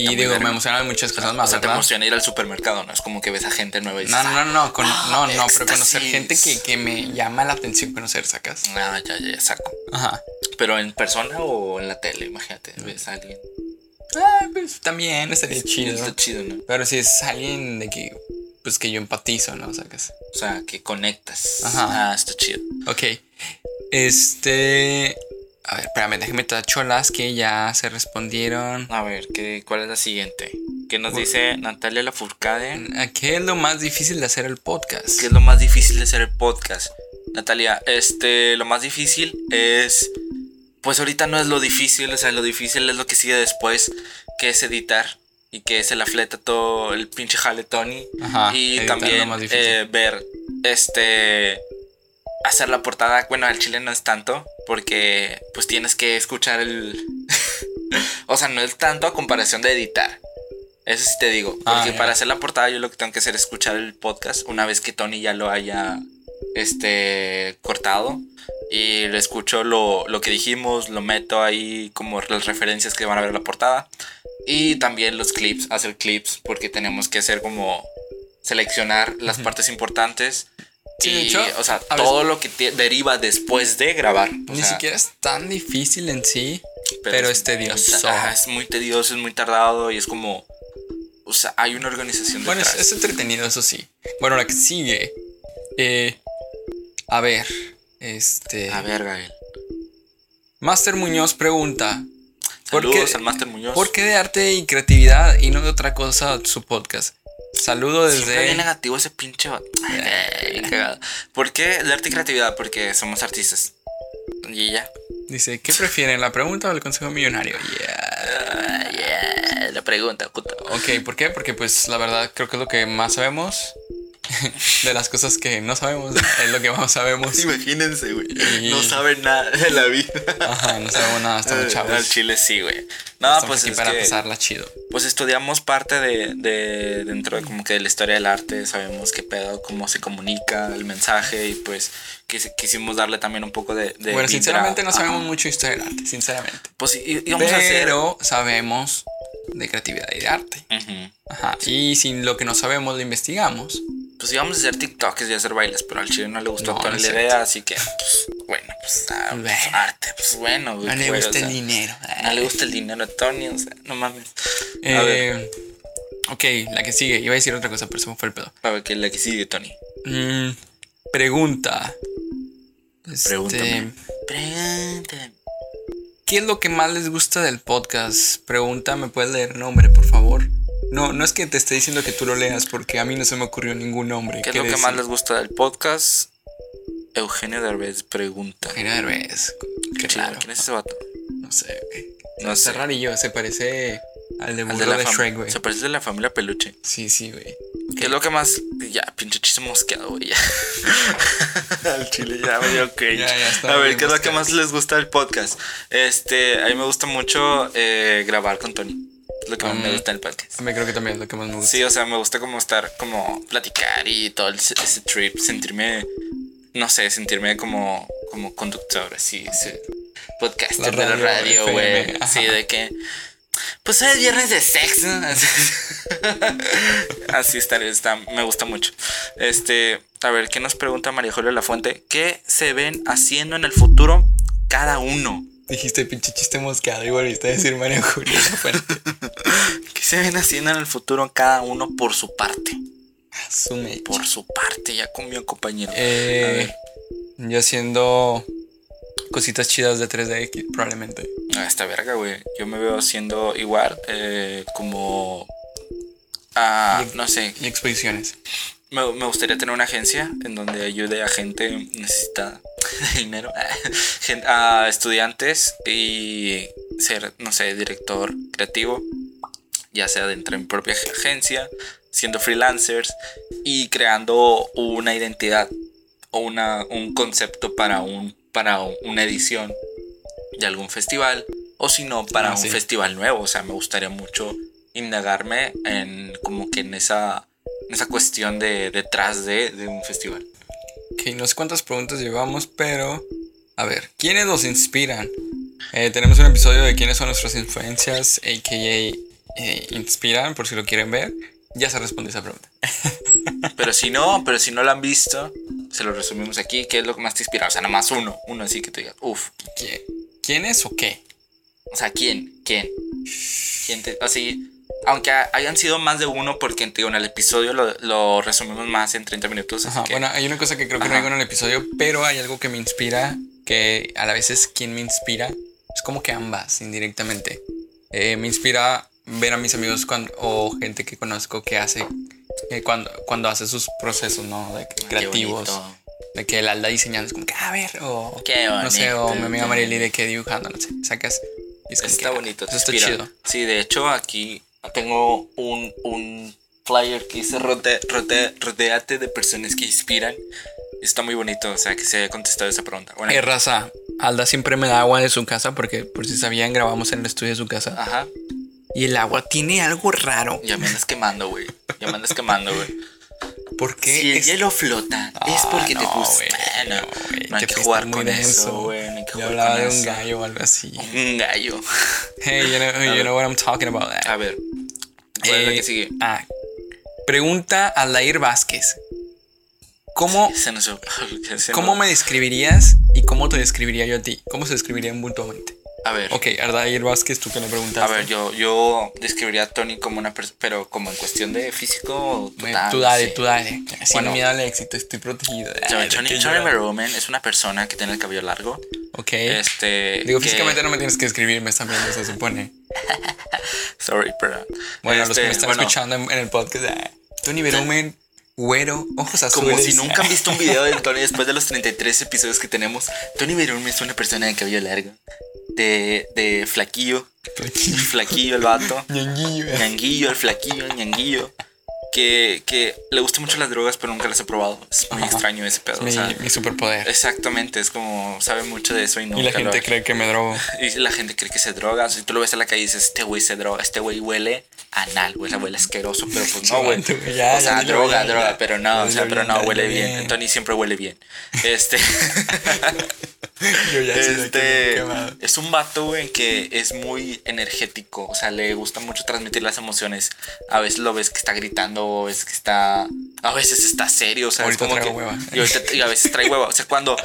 muy
digo,
verga.
me emocionan muchas cosas
O
más.
sea, te
¿verdad?
emociona ir al supermercado, ¿no? Es como que ves a gente nueva y dices, "Ah,
No, no, no, no, con- no, no, pero
éxtasis.
conocer gente que, que me llama la atención conocer, sacas.
"Ah, ya, ya, ya, saco.
Ajá.
Pero en persona o en la tele, imagínate,
Mm.
ves a alguien.
Ah, pues también estaría chido.
Está chido, ¿no?
Pero si es alguien de que, pues que yo empatizo, ¿no? Sacas.
O sea, que conectas.
Ajá.
Ah, está chido.
Ok. Este. A ver, espérame, déjame tacho las que ya se respondieron.
A ver, ¿qué, ¿cuál es la siguiente? ¿Qué nos dice Natalia Lafourcade?
¿Qué es lo más difícil de hacer el podcast?
¿Qué es lo más difícil de hacer el podcast? Natalia, este, lo más difícil es... Pues ahorita no es lo difícil, o sea, lo difícil es lo que sigue después, que es editar y que se la fleta todo el pinche jale Tony.
Ajá.
y
editar lo
también
más difícil.
eh, ver este hacer la portada bueno al chile no es tanto porque pues tienes que escuchar el *laughs* o sea no es tanto a comparación de editar eso sí te digo porque
Ah, ya.
para hacer la portada yo lo que tengo que hacer es escuchar el podcast una vez que Tony ya lo haya este cortado y le escucho lo, lo que dijimos, lo meto ahí como las referencias que van a ver en la portada. Y también los clips, hacer clips, porque tenemos que hacer como seleccionar las
Ujú.
partes importantes.
Sí, de
y,
hecho,
o sea,
a
todo lo que te- deriva después de grabar. O
Ni
sea,
siquiera es tan difícil en sí. pero es tedioso.
Ajá, es muy tedioso, es muy tardado y es como. O sea, hay una organización
Bueno, es,
detrás.
es entretenido, eso sí. Bueno, la que sigue. Eh, a ver. Este.
A ver, Gael.
Master Muñoz pregunta. ¿Por
Saludos
qué-
al Master Muñoz.
¿Por qué de arte y creatividad y no de otra cosa su podcast? Saludo
Siempre bien
desde.
negativo ese pinche. vato. Bien cagado. ¿Por qué el arte y creatividad? Porque somos artistas. Y ya.
Dice, ¿qué prefieren, la pregunta o el consejo millonario? Yeah.
Eh, La pregunta, puto.
Ok, ¿por qué? Porque pues la verdad creo que es lo que más sabemos. *laughs* de las cosas que no sabemos, es lo que más sabemos.
*laughs* Imagínense, güey.
Y-
No saben nada de la vida.
Ajá, no sabemos nada, estamos chavos.
*laughs* Eh, Al chile sí, güey. No,
Estamos
pues
aquí
es
para
que,
pasarla chido.
pues estudiamos parte de, de dentro de como que de la historia del arte, sabemos qué pedo, cómo se comunica, el mensaje y pues quis- quisimos darle también un poco de... de
bueno,
vibra.
sinceramente no
Ajá.
sabemos mucho de historia del arte, sinceramente.
Pues y, y vamos a hacer...
Pero sabemos de creatividad y de arte.
Ujú.
Ajá. Y sin lo que no sabemos lo investigamos.
Pues íbamos a hacer TikToks y a hacer bailes, pero al chile no le gustó
No,
toda
no es
la
cierto.
idea, así que, pues, bueno, pues, ah, pues,
Bueno.
arte, pues bueno,
Ah,
güey, güey, o sea,
dinero.
No le gusta el dinero a Tony, o sea, no mames.
Eh,
A ver,
ok, la que sigue. Iba a decir otra cosa, pero se me fue el pedo.
a ver, que la que sigue, Tony.
Mm, pregunta. Este,
Pregúntame. Pregúntame.
¿Qué es lo que más les gusta del podcast? Pregunta, ¿me puedes leer nombre, por favor? No, no es que te esté diciendo que tú lo leas, porque a mí no se me ocurrió ningún nombre.
¿Qué es lo que
decir?
más les gusta del podcast? Eugenio Derbez pregunta.
Eugenio Derbez. Qué
Chido,
raro.
¿Quién es ese vato?
No sé, güey.
No
Está
sé.
rarillo, se parece al de
Al
Burro
de
de,
la fam-
Shrek, güey.
Se parece al de la familia Peluche.
Sí, sí, güey.
¿Qué es lo que más? Ya, pinche chiste mosqueado, güey.
*laughs*
ya. Al chile ya me dio cringe.
Ya, ya está
a ver,
bien
¿qué es lo que
mosqueado.
más les gusta del podcast? Este, a mí me gusta mucho eh, grabar con Tony. Es lo que más
Mm.
me gusta del podcast.
A mí creo que también es lo que más me gusta.
Sí, o sea, me gusta como estar, como platicar y todo ese, ese trip, sentirme, no sé, sentirme como, como conductor, así, sí, podcaster
La
de la
radio,
radio, güey.
FM, ajá.
Sí, de que, pues hoy es viernes de sexo. Así, *laughs* así estar, está, me gusta mucho. Este, a ver, ¿qué nos pregunta María Julia La Fuente? ¿Qué se ven haciendo en el futuro cada uno?
Dijiste pinche chiste moscado y volviste a decir María
*laughs*
Julia. La Fuente.
¿Qué se ven haciendo en el futuro cada uno por su parte?
Ah, su mecha.
Por su parte, ya comió compañero. A
Eh,
ver.
yo haciendo cositas chidas de 3DX, probablemente.
A esta verga, güey. Yo me veo haciendo igual, eh, como. ah, no sé.
Y exposiciones.
Me, me gustaría tener una agencia en donde ayude a gente necesitada. de dinero *laughs* gen- a estudiantes y ser, no sé, director creativo, ya sea dentro de mi propia ag- agencia, siendo freelancers y creando una identidad o una, un concepto para, un, para una edición de algún festival o si no para
Ah,
un
sí.
festival nuevo. O sea, me gustaría mucho indagarme en como que en esa, en esa cuestión de detrás de, de un festival.
Ok, no sé cuántas preguntas llevamos, pero. A ver, ¿quiénes nos inspiran? Eh, tenemos un episodio de quiénes son nuestras influencias, a.k.a. eh, inspiran, por si lo quieren ver. Ya se responde esa pregunta.
Pero si no, pero si no lo han visto, se lo resumimos aquí, ¿qué es lo que más te inspira? O sea, nada más uno, uno así que te digas, uff,
¿Qui- ¿Quién es o qué?
o sea, ¿quién? ¿Quién? ¿Quién te- así, aunque ha- hayan sido más de uno, porque te digo, en el episodio lo, lo resumimos más en 30 minutos. así
Ajá,
que-
bueno, hay una cosa que creo que
Ajá.
no digo en el episodio, pero hay algo que me inspira, que a la vez es quien me inspira. Es como que ambas, indirectamente. Eh, me inspira ver a mis amigos cuan- o gente que conozco que hace, eh, cuando, cuando hace sus procesos, ¿no? De que-
Qué
creativos.
bonito.
De que el Alda diseñando es como que, "Ah, a ver, o
Qué
no sé, o
bonito.
mi amiga Marieli de que dibujando, no sé, sacas. y es como
Está
que, ah,
bonito, te
Eso está
inspira.
chido.
Sí, de hecho, aquí tengo un, un flyer que dice "Rote- rote- rodeate de personas que inspiran. Está muy bonito, o sea, que se haya contestado esa pregunta. Bueno,
Eh, raza, Alda siempre me da agua de su casa porque, por si sabían, grabamos en el estudio de su casa.
ajá,
Y el agua tiene algo raro.
ya me andas quemando, güey. Ya me andas quemando, güey.
¿Por qué?
Si el
es-
hielo flota, es
Ah,
porque te
no,
gusta.
güey,
Ah, no,
no, güey,
no hay
te
que
fuiste
jugar
muy
con
denso.
eso, güey. No hay que
Yo
jugar
hablaba
con
de un
eso.
gallo o algo así.
Un gallo.
Hey, you know, you know what I'm talking about.
A ver, ¿cuál es la
Eh,
que sigue?
ah, pregunta a Lair Vázquez. ¿Cómo,
Se nos- se nos-
¿Cómo me describirías y cómo te describiría yo a ti? ¿Cómo se describirían mutuamente?
A ver.
Ok, Ardair Vázquez, tú que le preguntaste.
A ver, yo, yo describiría a Tony como una persona, pero como en cuestión de físico
Me-
total.
tú dale,
sí.
tú dale. Sin
Bueno.
miedo al éxito, estoy protegido.
O
Ay,
sea,
de
Tony,
que
Tony
yo-
Merumen es una persona que tiene el cabello largo.
Ok.
Este.
Digo,
que-
físicamente no me tienes que escribir, me están viendo, se supone.
Sorry, perdón.
Bueno, los
Este,
que me están
bueno,
escuchando en, en el podcast. ah, Tony Berumen, güero, ojos azules.
Como si nunca
*laughs*
han visto un video de Tony después de los 33 episodios que tenemos. Tony Merumen es una persona de cabello largo, de, de flaquillo, flaquillo el vato.
Ñanguillo.
Ñanguillo, el flaquillo, ñanguillo. Que, que le gustan mucho las drogas, pero nunca las ha probado. Es muy
Ajá.
extraño ese pedo. o
Mi,
sea,
mi superpoder.
Exactamente, es como sabe mucho de eso y no.
Y la gente cree que me drogo. *laughs*
y la gente cree que se droga. Si tú lo ves en la calle y dices, este güey se droga, este güey huele anal, güey, la huele asqueroso, pero pues no, güey.
Chaval, tú, ya,
o sea,
ya, ya,
droga,
ya, ya.
droga, pero no, o
Ya,
sea,
ya,
pero
ya,
no,
ya,
huele
ya,
bien.
ya.
Tony siempre huele bien.
*laughs*
Este.
Yo ya estoy aquí
este
quemado.
es un vato, güey, que es muy energético. O sea, le gusta mucho transmitir las emociones. A veces lo ves que está gritando, es que está. A veces está serio, o sea,
Ahorita
es como que.
traigo hueva.
Y, ahorita- y a veces trae hueva. O sea, cuando.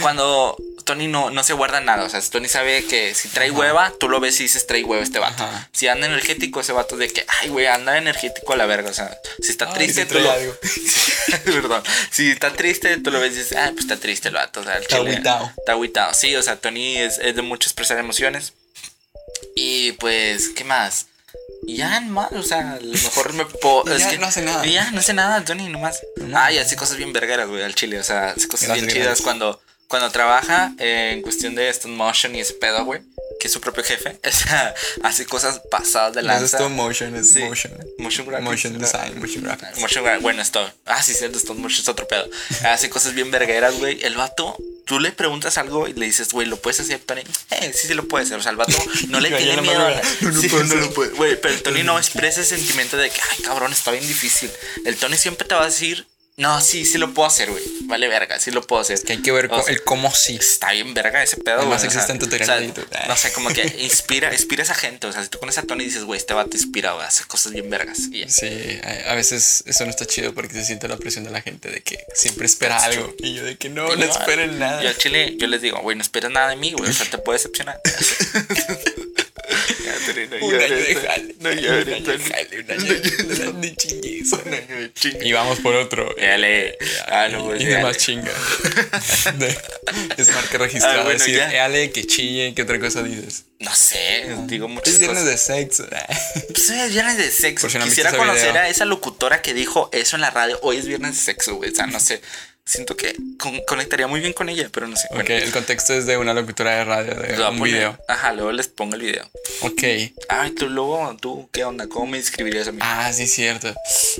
Cuando Tony no, no se guarda nada. O sea, Tony sabe que si trae hueva, tú lo ves y dices trae hueva este vato.
Ajá.
Si anda energético, ese vato es de que, ay, güey, anda energético a la verga. O sea, si está
Ay,
triste,
sí
tú
trae
lo.
algo.
*laughs* Perdón. Si está triste, tú lo ves y dices, ah, pues está triste el vato. O sea, el
Está
chile-
agüitao.
Está agüitao. Sí, o sea, Tony es, es de mucho expresar emociones. Y pues, ¿qué más? Y Ya, más, o sea, a lo mejor me puedo.
Y *laughs*
es
ya
que-
no hace nada.
y Ya, no hace nada, Tony, nomás.
Nomás.
Ay, hace cosas bien vergueras, güey, al chile. O sea, hace cosas
Gracias,
bien chidas
gracias.
cuando, cuando trabaja eh, en cuestión de stop motion y ese pedo, güey, que es su propio jefe. *laughs* O sea, hace cosas pasadas de
No es
lanza.
stop motion, es
Sí.
motion.
Motion graphics.
Motion
¿no?
design, motion graphics.
Motion gra- bueno, esto. Ah, sí, cierto, esto mucho es otro pedo. Hace cosas bien vergueras, güey. El vato, tú le preguntas algo y le dices, güey, ¿lo puedes hacer, Tony? Eh, sí, sí lo puede hacer. O sea, el vato no
*laughs*
le
Yo
tiene
ayer no me
miedo.
lo- no lo
Sí,
puedo
no
hacer.
lo puede. Güey, pero el Tony no expresa ese sentimiento de que, ay, cabrón, está bien difícil. El Tony siempre te va a decir, no, sí, sí lo puedo hacer, güey. Vale, verga, sí lo puedo hacer.
Que hay que ver
O
co-
sea,
el cómo sí.
Está bien verga ese pedo,
Además
güey, o sea,
existen tutoriales
o sea,
de YouTube.
No sé, como que
*laughs*
inspira, inspira a esa gente. O sea, si tú conoces a Tony y dices, güey, este vato inspira, güey, hace cosas bien vergas. Y ya.
Sí, a a veces eso no está chido porque se siente la presión de la gente de que siempre espera algo. Y yo de que no, no
Yo- ah,
esperen nada. *laughs*
Yo al chile, yo les digo, güey, no esperes nada de mí, güey. O sea, te puede decepcionar.
Un año de jale.
No
un año
llores,
de
Tony.
jale, un
No
año de- un año de chingues.
Un año de chinga.
Y vamos por *laughs* otro.
Dale. Ah, no, pues,
y
dale.
demás
*laughs*
chinga. es marca registrada.
Ah, bueno,
decir,
ya.
Ale, que chille, que otra cosa dices.
No sé, digo muchas
Es viernes
cosas.
de sexo. *laughs*
Pues, hoy es viernes de sexo.
Por si no han visto
Quisiera
ese
conocer
video.
a esa locutora que dijo eso en la radio. Hoy es viernes de sexo, güey. O sea, no sé. Siento que con- conectaría muy bien con ella, pero no sé.
Ok,
Bueno,
el contexto es de una locutora de radio, de
lo voy a
Eh, un
poner.
video.
Ajá, luego les pongo el video.
Ok.
Ay, tú luego, tú, ¿qué onda? ¿Cómo me inscribirías a mí?
Ah, sí, cierto.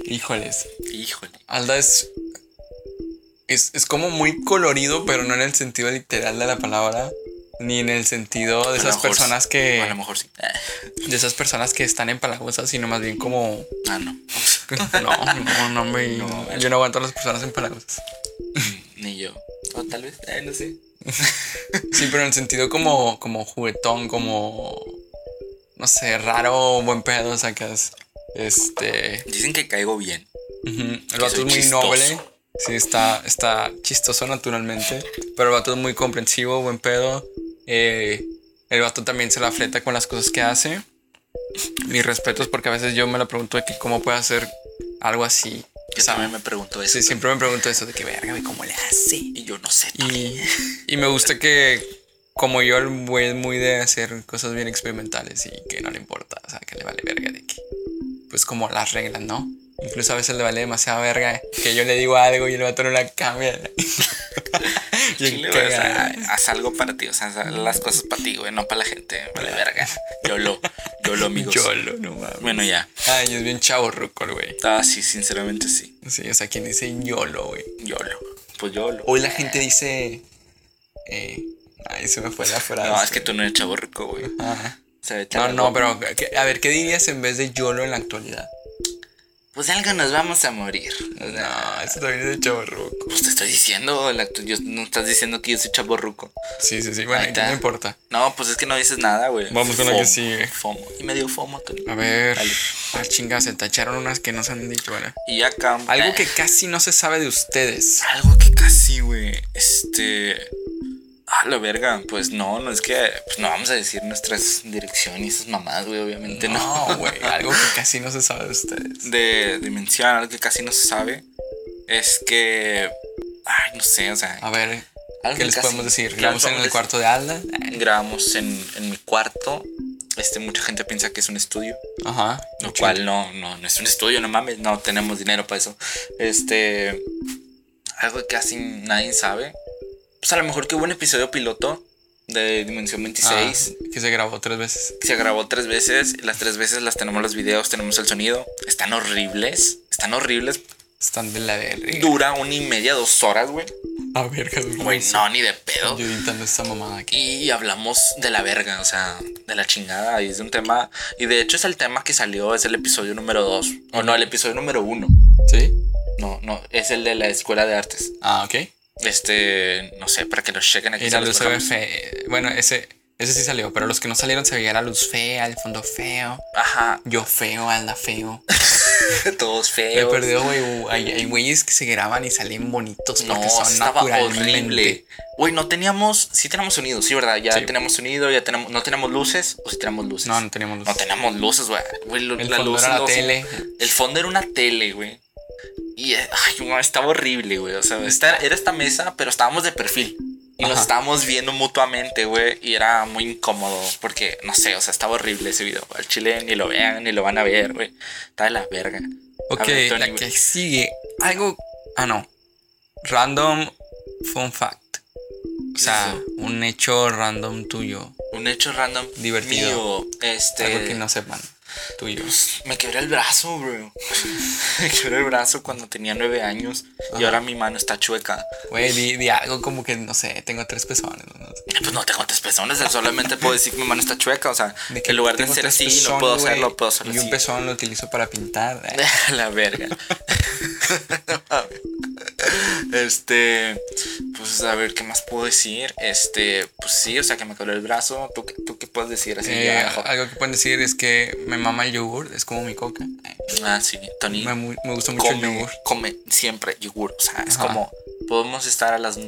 Híjoles.
Híjole.
Alda es, es. es como muy colorido, pero no en el sentido literal de la palabra. Ni en el sentido de
A lo
esas
mejor
personas
sí,
que.
A lo mejor sí. Eh,
De esas personas que están empalagosas, sino más bien como.
Ah, no.
No, no, no me.
No.
yo no aguanto a las personas empalagosas.
Ni yo. O tal vez, eh, no sé.
Sí, pero en el sentido como. como juguetón, como. No sé, raro, buen pedo, sacas. Este.
Dicen que caigo bien.
Ujú, El vato
soy
es muy
chistoso.
noble. Sí, está, está chistoso naturalmente. Pero el vato es muy comprensivo, buen pedo. Eh, el vato también se la fleta con las cosas que hace. Mis respetos porque a veces yo me la pregunto de que cómo puede hacer algo así.
Yo también me pregunto eso.
Sí, siempre me pregunto eso de que verga, güey, ¿cómo le hace?
Y yo no sé.
Y, y me gusta que como yo el güey es muy de hacer cosas bien experimentales y que no le importa, o sea, que le vale verga de que pues como las reglas, ¿no? Incluso a veces le vale demasiada verga que yo le digo algo y el vato no la cambia. *laughs* Bien
Chile, güey, o sea,
cagado.
haz algo para ti, o sea, haz las cosas para ti, güey, no para la gente, vale verga. Yo lo, yo lo, amigos.
Yolo, no mames.
Bueno, ya.
Ay, es bien chavo el güey.
Ah, sí, sinceramente sí.
Sí, o sea, quien dice yolo, güey.
Yo lo. Pues yo lo.
Hoy la gente dice. eh, ay, se me fue la frase.
No, es que tú no eres chavo rico, güey.
Ajá.
Se ve
No,
chavo
no,
rico.
pero ¿qué- a ver, ¿qué dirías en vez de YOLO en la actualidad?
Pues algo nos vamos a morir. O sea,
No, eso también es de chaborruco.
pues te estoy diciendo, la- tú- yo- no estás diciendo que yo soy chavo ruco.
Sí, sí, sí. Bueno,
Ahí
ahí
está.
no importa.
No, pues es que no dices nada, güey.
Vamos con la
Fomo,
que sigue.
Fomo. Y me dio fomo, Tony.
A ver.
Dale.
Ah, chinga, se tacharon unas que no se han dicho, ¿verdad?
Y ya acá.
Algo que casi no se sabe de ustedes.
Algo que casi, güey. Este. A la verga. Pues no, no es que. Pues no vamos a decir nuestras direcciones y esas mamadas, güey. Obviamente *laughs* no.
No, güey. Algo que casi no se sabe de ustedes.
*laughs* De dimensión, algo que casi no se sabe. Es que. Ay, no sé, o sea.
A ver,
algo
Ah, ¿qué
que
les
casi-
podemos decir?
¿qué
¿Grabamos
les
en el
podemos
cuarto de Alda?
decir? Grabamos en, en mi cuarto. Este, mucha gente piensa que es un estudio.
Ajá. Ah,
Lo cual no, no, no es un estudio, no mames, no tenemos dinero para eso. Este. Algo que casi nadie sabe. Pues a lo mejor que hubo un episodio piloto de Dimensión
Ah,
26.
que se grabó tres veces.
que Se grabó tres veces. y Las tres veces las tenemos los videos, tenemos el sonido. Están horribles. Están horribles.
Están de la verga.
Dura una y media, dos horas, güey.
A ver, qué duro.
Güey, no, ni de pedo.
Yo editando esta mamada aquí.
Y hablamos de la verga, o sea, de la chingada. Y es un tema. Y de hecho es el tema que salió, es el episodio número 2. O no, el episodio número 1.
¿Sí?
No, no, es el de la escuela de artes.
Ah, ok.
Este, no sé, para que los chequen aquí.
Y
se
la
los
luz se ve
dejamos.
fe. Bueno, ese, ese sí salió, pero los que no salieron se veía la luz fea, el fondo feo.
Ajá, *laughs*
Yo feo, Alda feo.
todos
Me he
feos.
perdido, güey. u- Hay, hay güeyes que se graban y salen bonitos
No,
porque son
estaba
naturalmente.
horrible. Güey, no teníamos, sí tenemos sonido, sí, ¿verdad? Ya
Sí.
tenemos sonido, ya tenemos, no tenemos luces, o sí tenemos luces.
No, no teníamos luz.
No teníamos luces, güey. Güey, lo-
el
la
fondo
luz
era la
no-
tele.
El fondo era una tele, güey. Y eh, ay, no, estaba horrible, güey. O sea, esta- era esta mesa, pero estábamos de perfil. Y nos
Ajá.
estábamos viendo mutuamente, güey. Y era muy incómodo. Porque, no sé, o sea, estaba horrible ese video. Al chile ni lo vean, ni lo van a ver, güey. Está de la verga. A
Ok,
ver, Tony,
la
güey.
que sigue. Algo. Ah, no. Random fun fact. O sea,
Eso.
un hecho random tuyo.
Un hecho random.
Divertido.
mío, este.
Algo que no sepan. Tuyo.
Me quebré el brazo, bro. *laughs* me quebré el brazo cuando tenía nueve años. Y ahora mi mano está chueca.
Güey, di, di algo como que, no sé, tengo tres pezones. no sé.
Pues no tengo tres personas, solamente puedo decir que mi mano está chueca, o sea,
De
en lugar de
tengo
ser
tres
así, no
pezones,
puedo
güey,
hacerlo, puedo hacerlo
Y un
así.
pezón lo utilizo para
*laughs*
pintar. eh.
A *laughs* la verga. este, pues a ver qué más puedo decir. Este, pues sí, o sea, que me coló el brazo. ¿Tú, qué- tú qué puedes decir así?
Eh,
ya, jo-
algo que pueden decir es que me mama el yogur, es como mi coca. Eh,
ah, sí, Tony.
Me, mu- me gusta mucho el
Come,
yogur.
come siempre yogur. O sea, es
Ajá.
como podemos estar a las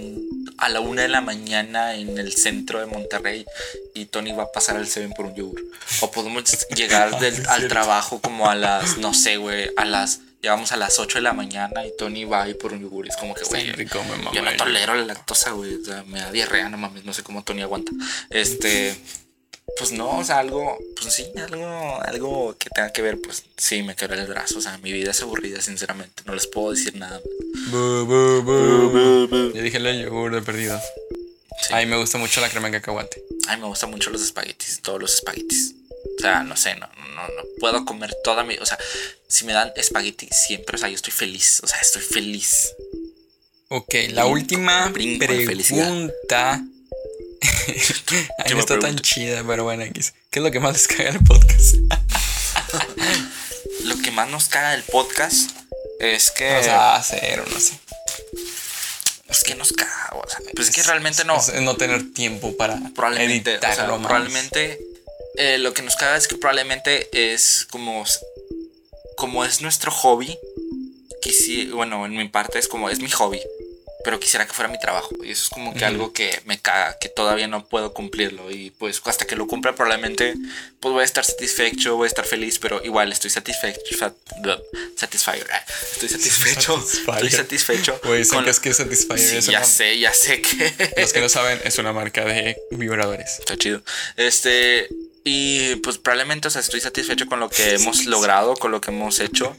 a la una de la mañana en el centro de Monterrey y Tony va a pasar al Seven por un yogur. O
*laughs*
podemos
Ah,
llegar del- al trabajo como a las, no sé, güey, a las, llegamos a las 8 de la mañana y Tony va a ir por un yogur. Es como que,
Está
güey,
bien rico, me mama.
yo no
el
tolero la lactosa, güey. O sea, me da diarrea, no mames, no sé cómo Tony aguanta. Este. pues no, o sea, algo, pues sí, algo, algo que tenga que ver, pues sí, me quebré el brazo, o sea, mi vida es aburrida, sinceramente, no les puedo decir nada.
Bu, bu, bu, bu. Yo dije el yogur de perdido.
Sí.
A mí me gusta mucho la crema de cacahuate.
A mí me gustan mucho los espaguetis, todos los espaguetis. O sea, no sé, no, no, no puedo comer toda mi. O sea, si me dan espagueti siempre, o sea, yo estoy feliz. O sea, estoy feliz.
Ok, la última
brinco de felicidad.
pregunta. *laughs* Ay,
Última
no está tan
pregunta.
chida, pero bueno, X. ¿Qué es lo que más les caga el podcast?
Lo que más nos caga del podcast es que.
O sea, hacer o no sé.
es que nos caga. O sea, pues es que realmente no.
es no tener tiempo para
probablemente, o sea,
editarlo más.
probablemente eh, lo que nos caga es que probablemente es como como es nuestro hobby quisi- bueno en mi parte es como es mi hobby pero quisiera que fuera mi trabajo y eso es como que
Ujú.
algo que me caga que todavía no puedo cumplirlo y pues hasta que lo cumpla probablemente pues voy a estar satisfecho voy a estar feliz pero igual estoy satisfecho sat- bleh, satisfier, eh, estoy satisfecho estoy
Satisfier.
satisfecho
Güey,
con-
¿sabes que es Satisfyer?
Sí,
es
ya
una-
sé ya sé que
Los que no saben, es una marca de vibradores.
Está chido. Este. Y pues probablemente, o sea, estoy satisfecho con lo que hemos logrado, con lo que hemos hecho.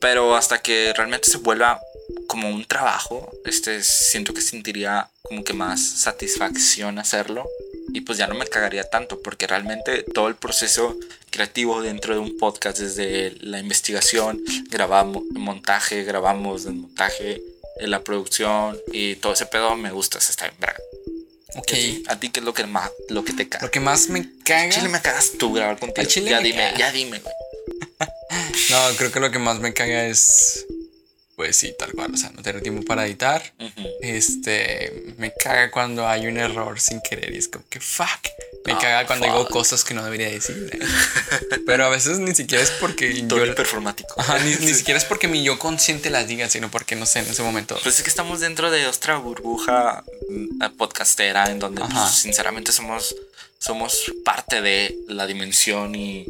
Pero hasta que realmente se vuelva como un trabajo, este, siento que sentiría como que más satisfacción hacerlo. Y pues ya no me cagaría tanto, porque realmente todo el proceso creativo dentro de un podcast, desde la investigación, grabamos, montaje, grabamos, desmontaje, eh, la producción y todo ese pedo me gusta, se está en verga.
Ok.
¿A ti qué es lo que más lo que te
Lo
caga?
que más me caga.
Ah, Chile me cagas tú grabar contigo.
Al chile
ya
me
dime,
caga.
ya dime, güey.
No, creo que lo que más me caga es. Pues sí, tal cual. O sea, no tener tiempo para editar.
Ujú.
Este. Me caga cuando hay un error sin querer. Y es como que fuck. Me
Ah,
caga cuando digo
fuck.
cosas que no debería decir. Pero a veces ni siquiera es
*laughs*
porque
Todo
yo.
el performático.
Ajá, ni, ni siquiera es porque mi yo consciente las diga, sino porque no sé, en ese momento.
Pues es que estamos dentro de otra burbuja mm, eh, podcastera en donde pues,
Ajá.
sinceramente somos somos parte de la dimensión y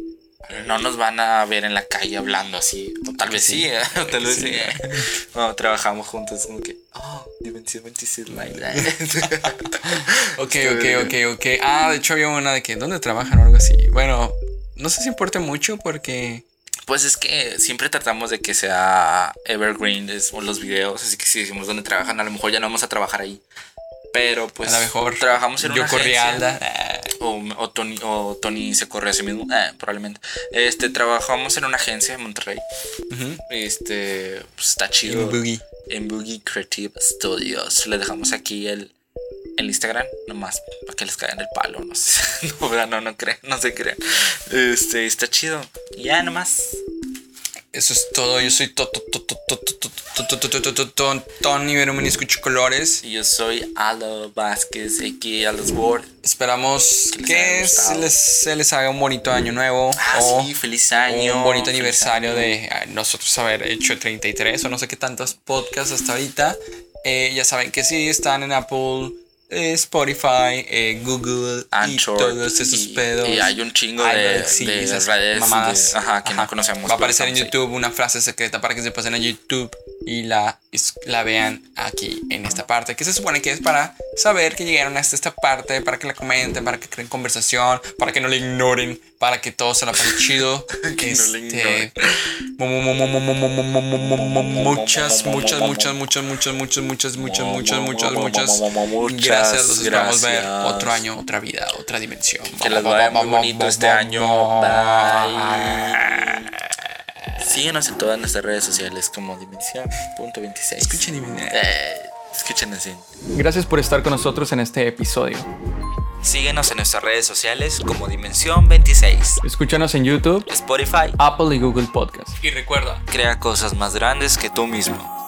no nos van a ver en la calle hablando así. O tal
que
vez sí,
sí.
¿eh? *laughs* O tal vez
Sí.
sí. *laughs* ¿eh? Cuando trabajamos juntos como que, oh, dimensión 26
*laughs*
like that.
Ok,
Está
ok,
bien.
ok, ok. Ah, de hecho había una de que, ¿dónde trabajan o algo así? Bueno, no sé si importa mucho porque...
Pues es que siempre tratamos de que sea evergreen es, o los videos, así que si decimos dónde trabajan, a lo mejor ya no vamos a trabajar ahí. Pero pues
a lo mejor
trabajamos en
yo ah,
una agencia,
corrialda.
o, o Tony, o Tony se corre a sí mismo, eh, probablemente. Este, trabajamos en una agencia en Monterrey.
Ujú.
Este, pues está
Y
chido.
un boogie.
En Boogie Creative Studios. Le dejamos aquí el, el Instagram, nomás para que les caigan el palo. No sé, *laughs* no, ¿verdad? no, no crean, no se crean. Este, está chido. Y Ya nomás.
Eso es todo. Yo soy to- to- to- to- to- to- to- to- to- to- to- to- to- Tony Berumen y escucho colores.
Yo soy Alo Vázquez, aquí Alos Ward.
Esperamos
Que les haya
que
gustado.
se les, se les haga un bonito año nuevo.
Ah,
o
sí, feliz año.
un bonito
feliz
aniversario
año.
de ah, nosotros haber hecho 33 o no sé qué tantos podcasts hasta ahorita. Eh, ya saben que sí, están en Apple, eh, Spotify, eh, Google
Anchor.
y todos esos
y-
pedos.
Y hay un chingo
Ay,
de,
sí,
de
esas
redes
mamadas.
de- ajá, que no
Ajá.
conocemos.
Va a aparecer en
pero estamos
YouTube una frase secreta para que se pasen a YouTube y la, es- la vean aquí en esta parte. Que se supone que es para saber que llegaron hasta esta parte, para que la comenten, para que creen conversación, para que no la ignoren, para que todo se la pasen chido.
*laughs*
Este,
Que no la ignoren.
mu- mu- mu- mu- mu- mu- mu- mu- mu- mu- mu- Muchas, muchas, muchas, muchas, muchas, muchas, muchas, muchas, muchas, muchas, muchas.
Muchas
Gracias, los esperamos ver
gracias.
otro año, otra vida, otra dimensión.
Que les vaya muy bonito este año. Bye. Síguenos en todas nuestras redes sociales como Dimensión.26.
Escuchen y miren.
Eh, escúchenos en
Gracias por estar con nosotros en este episodio.
Síguenos en nuestras redes sociales como Dimensión26,
Escúchanos en YouTube,
Spotify.
Apple y Google Podcast. Y recuerda,
Crea cosas más grandes que tú mismo.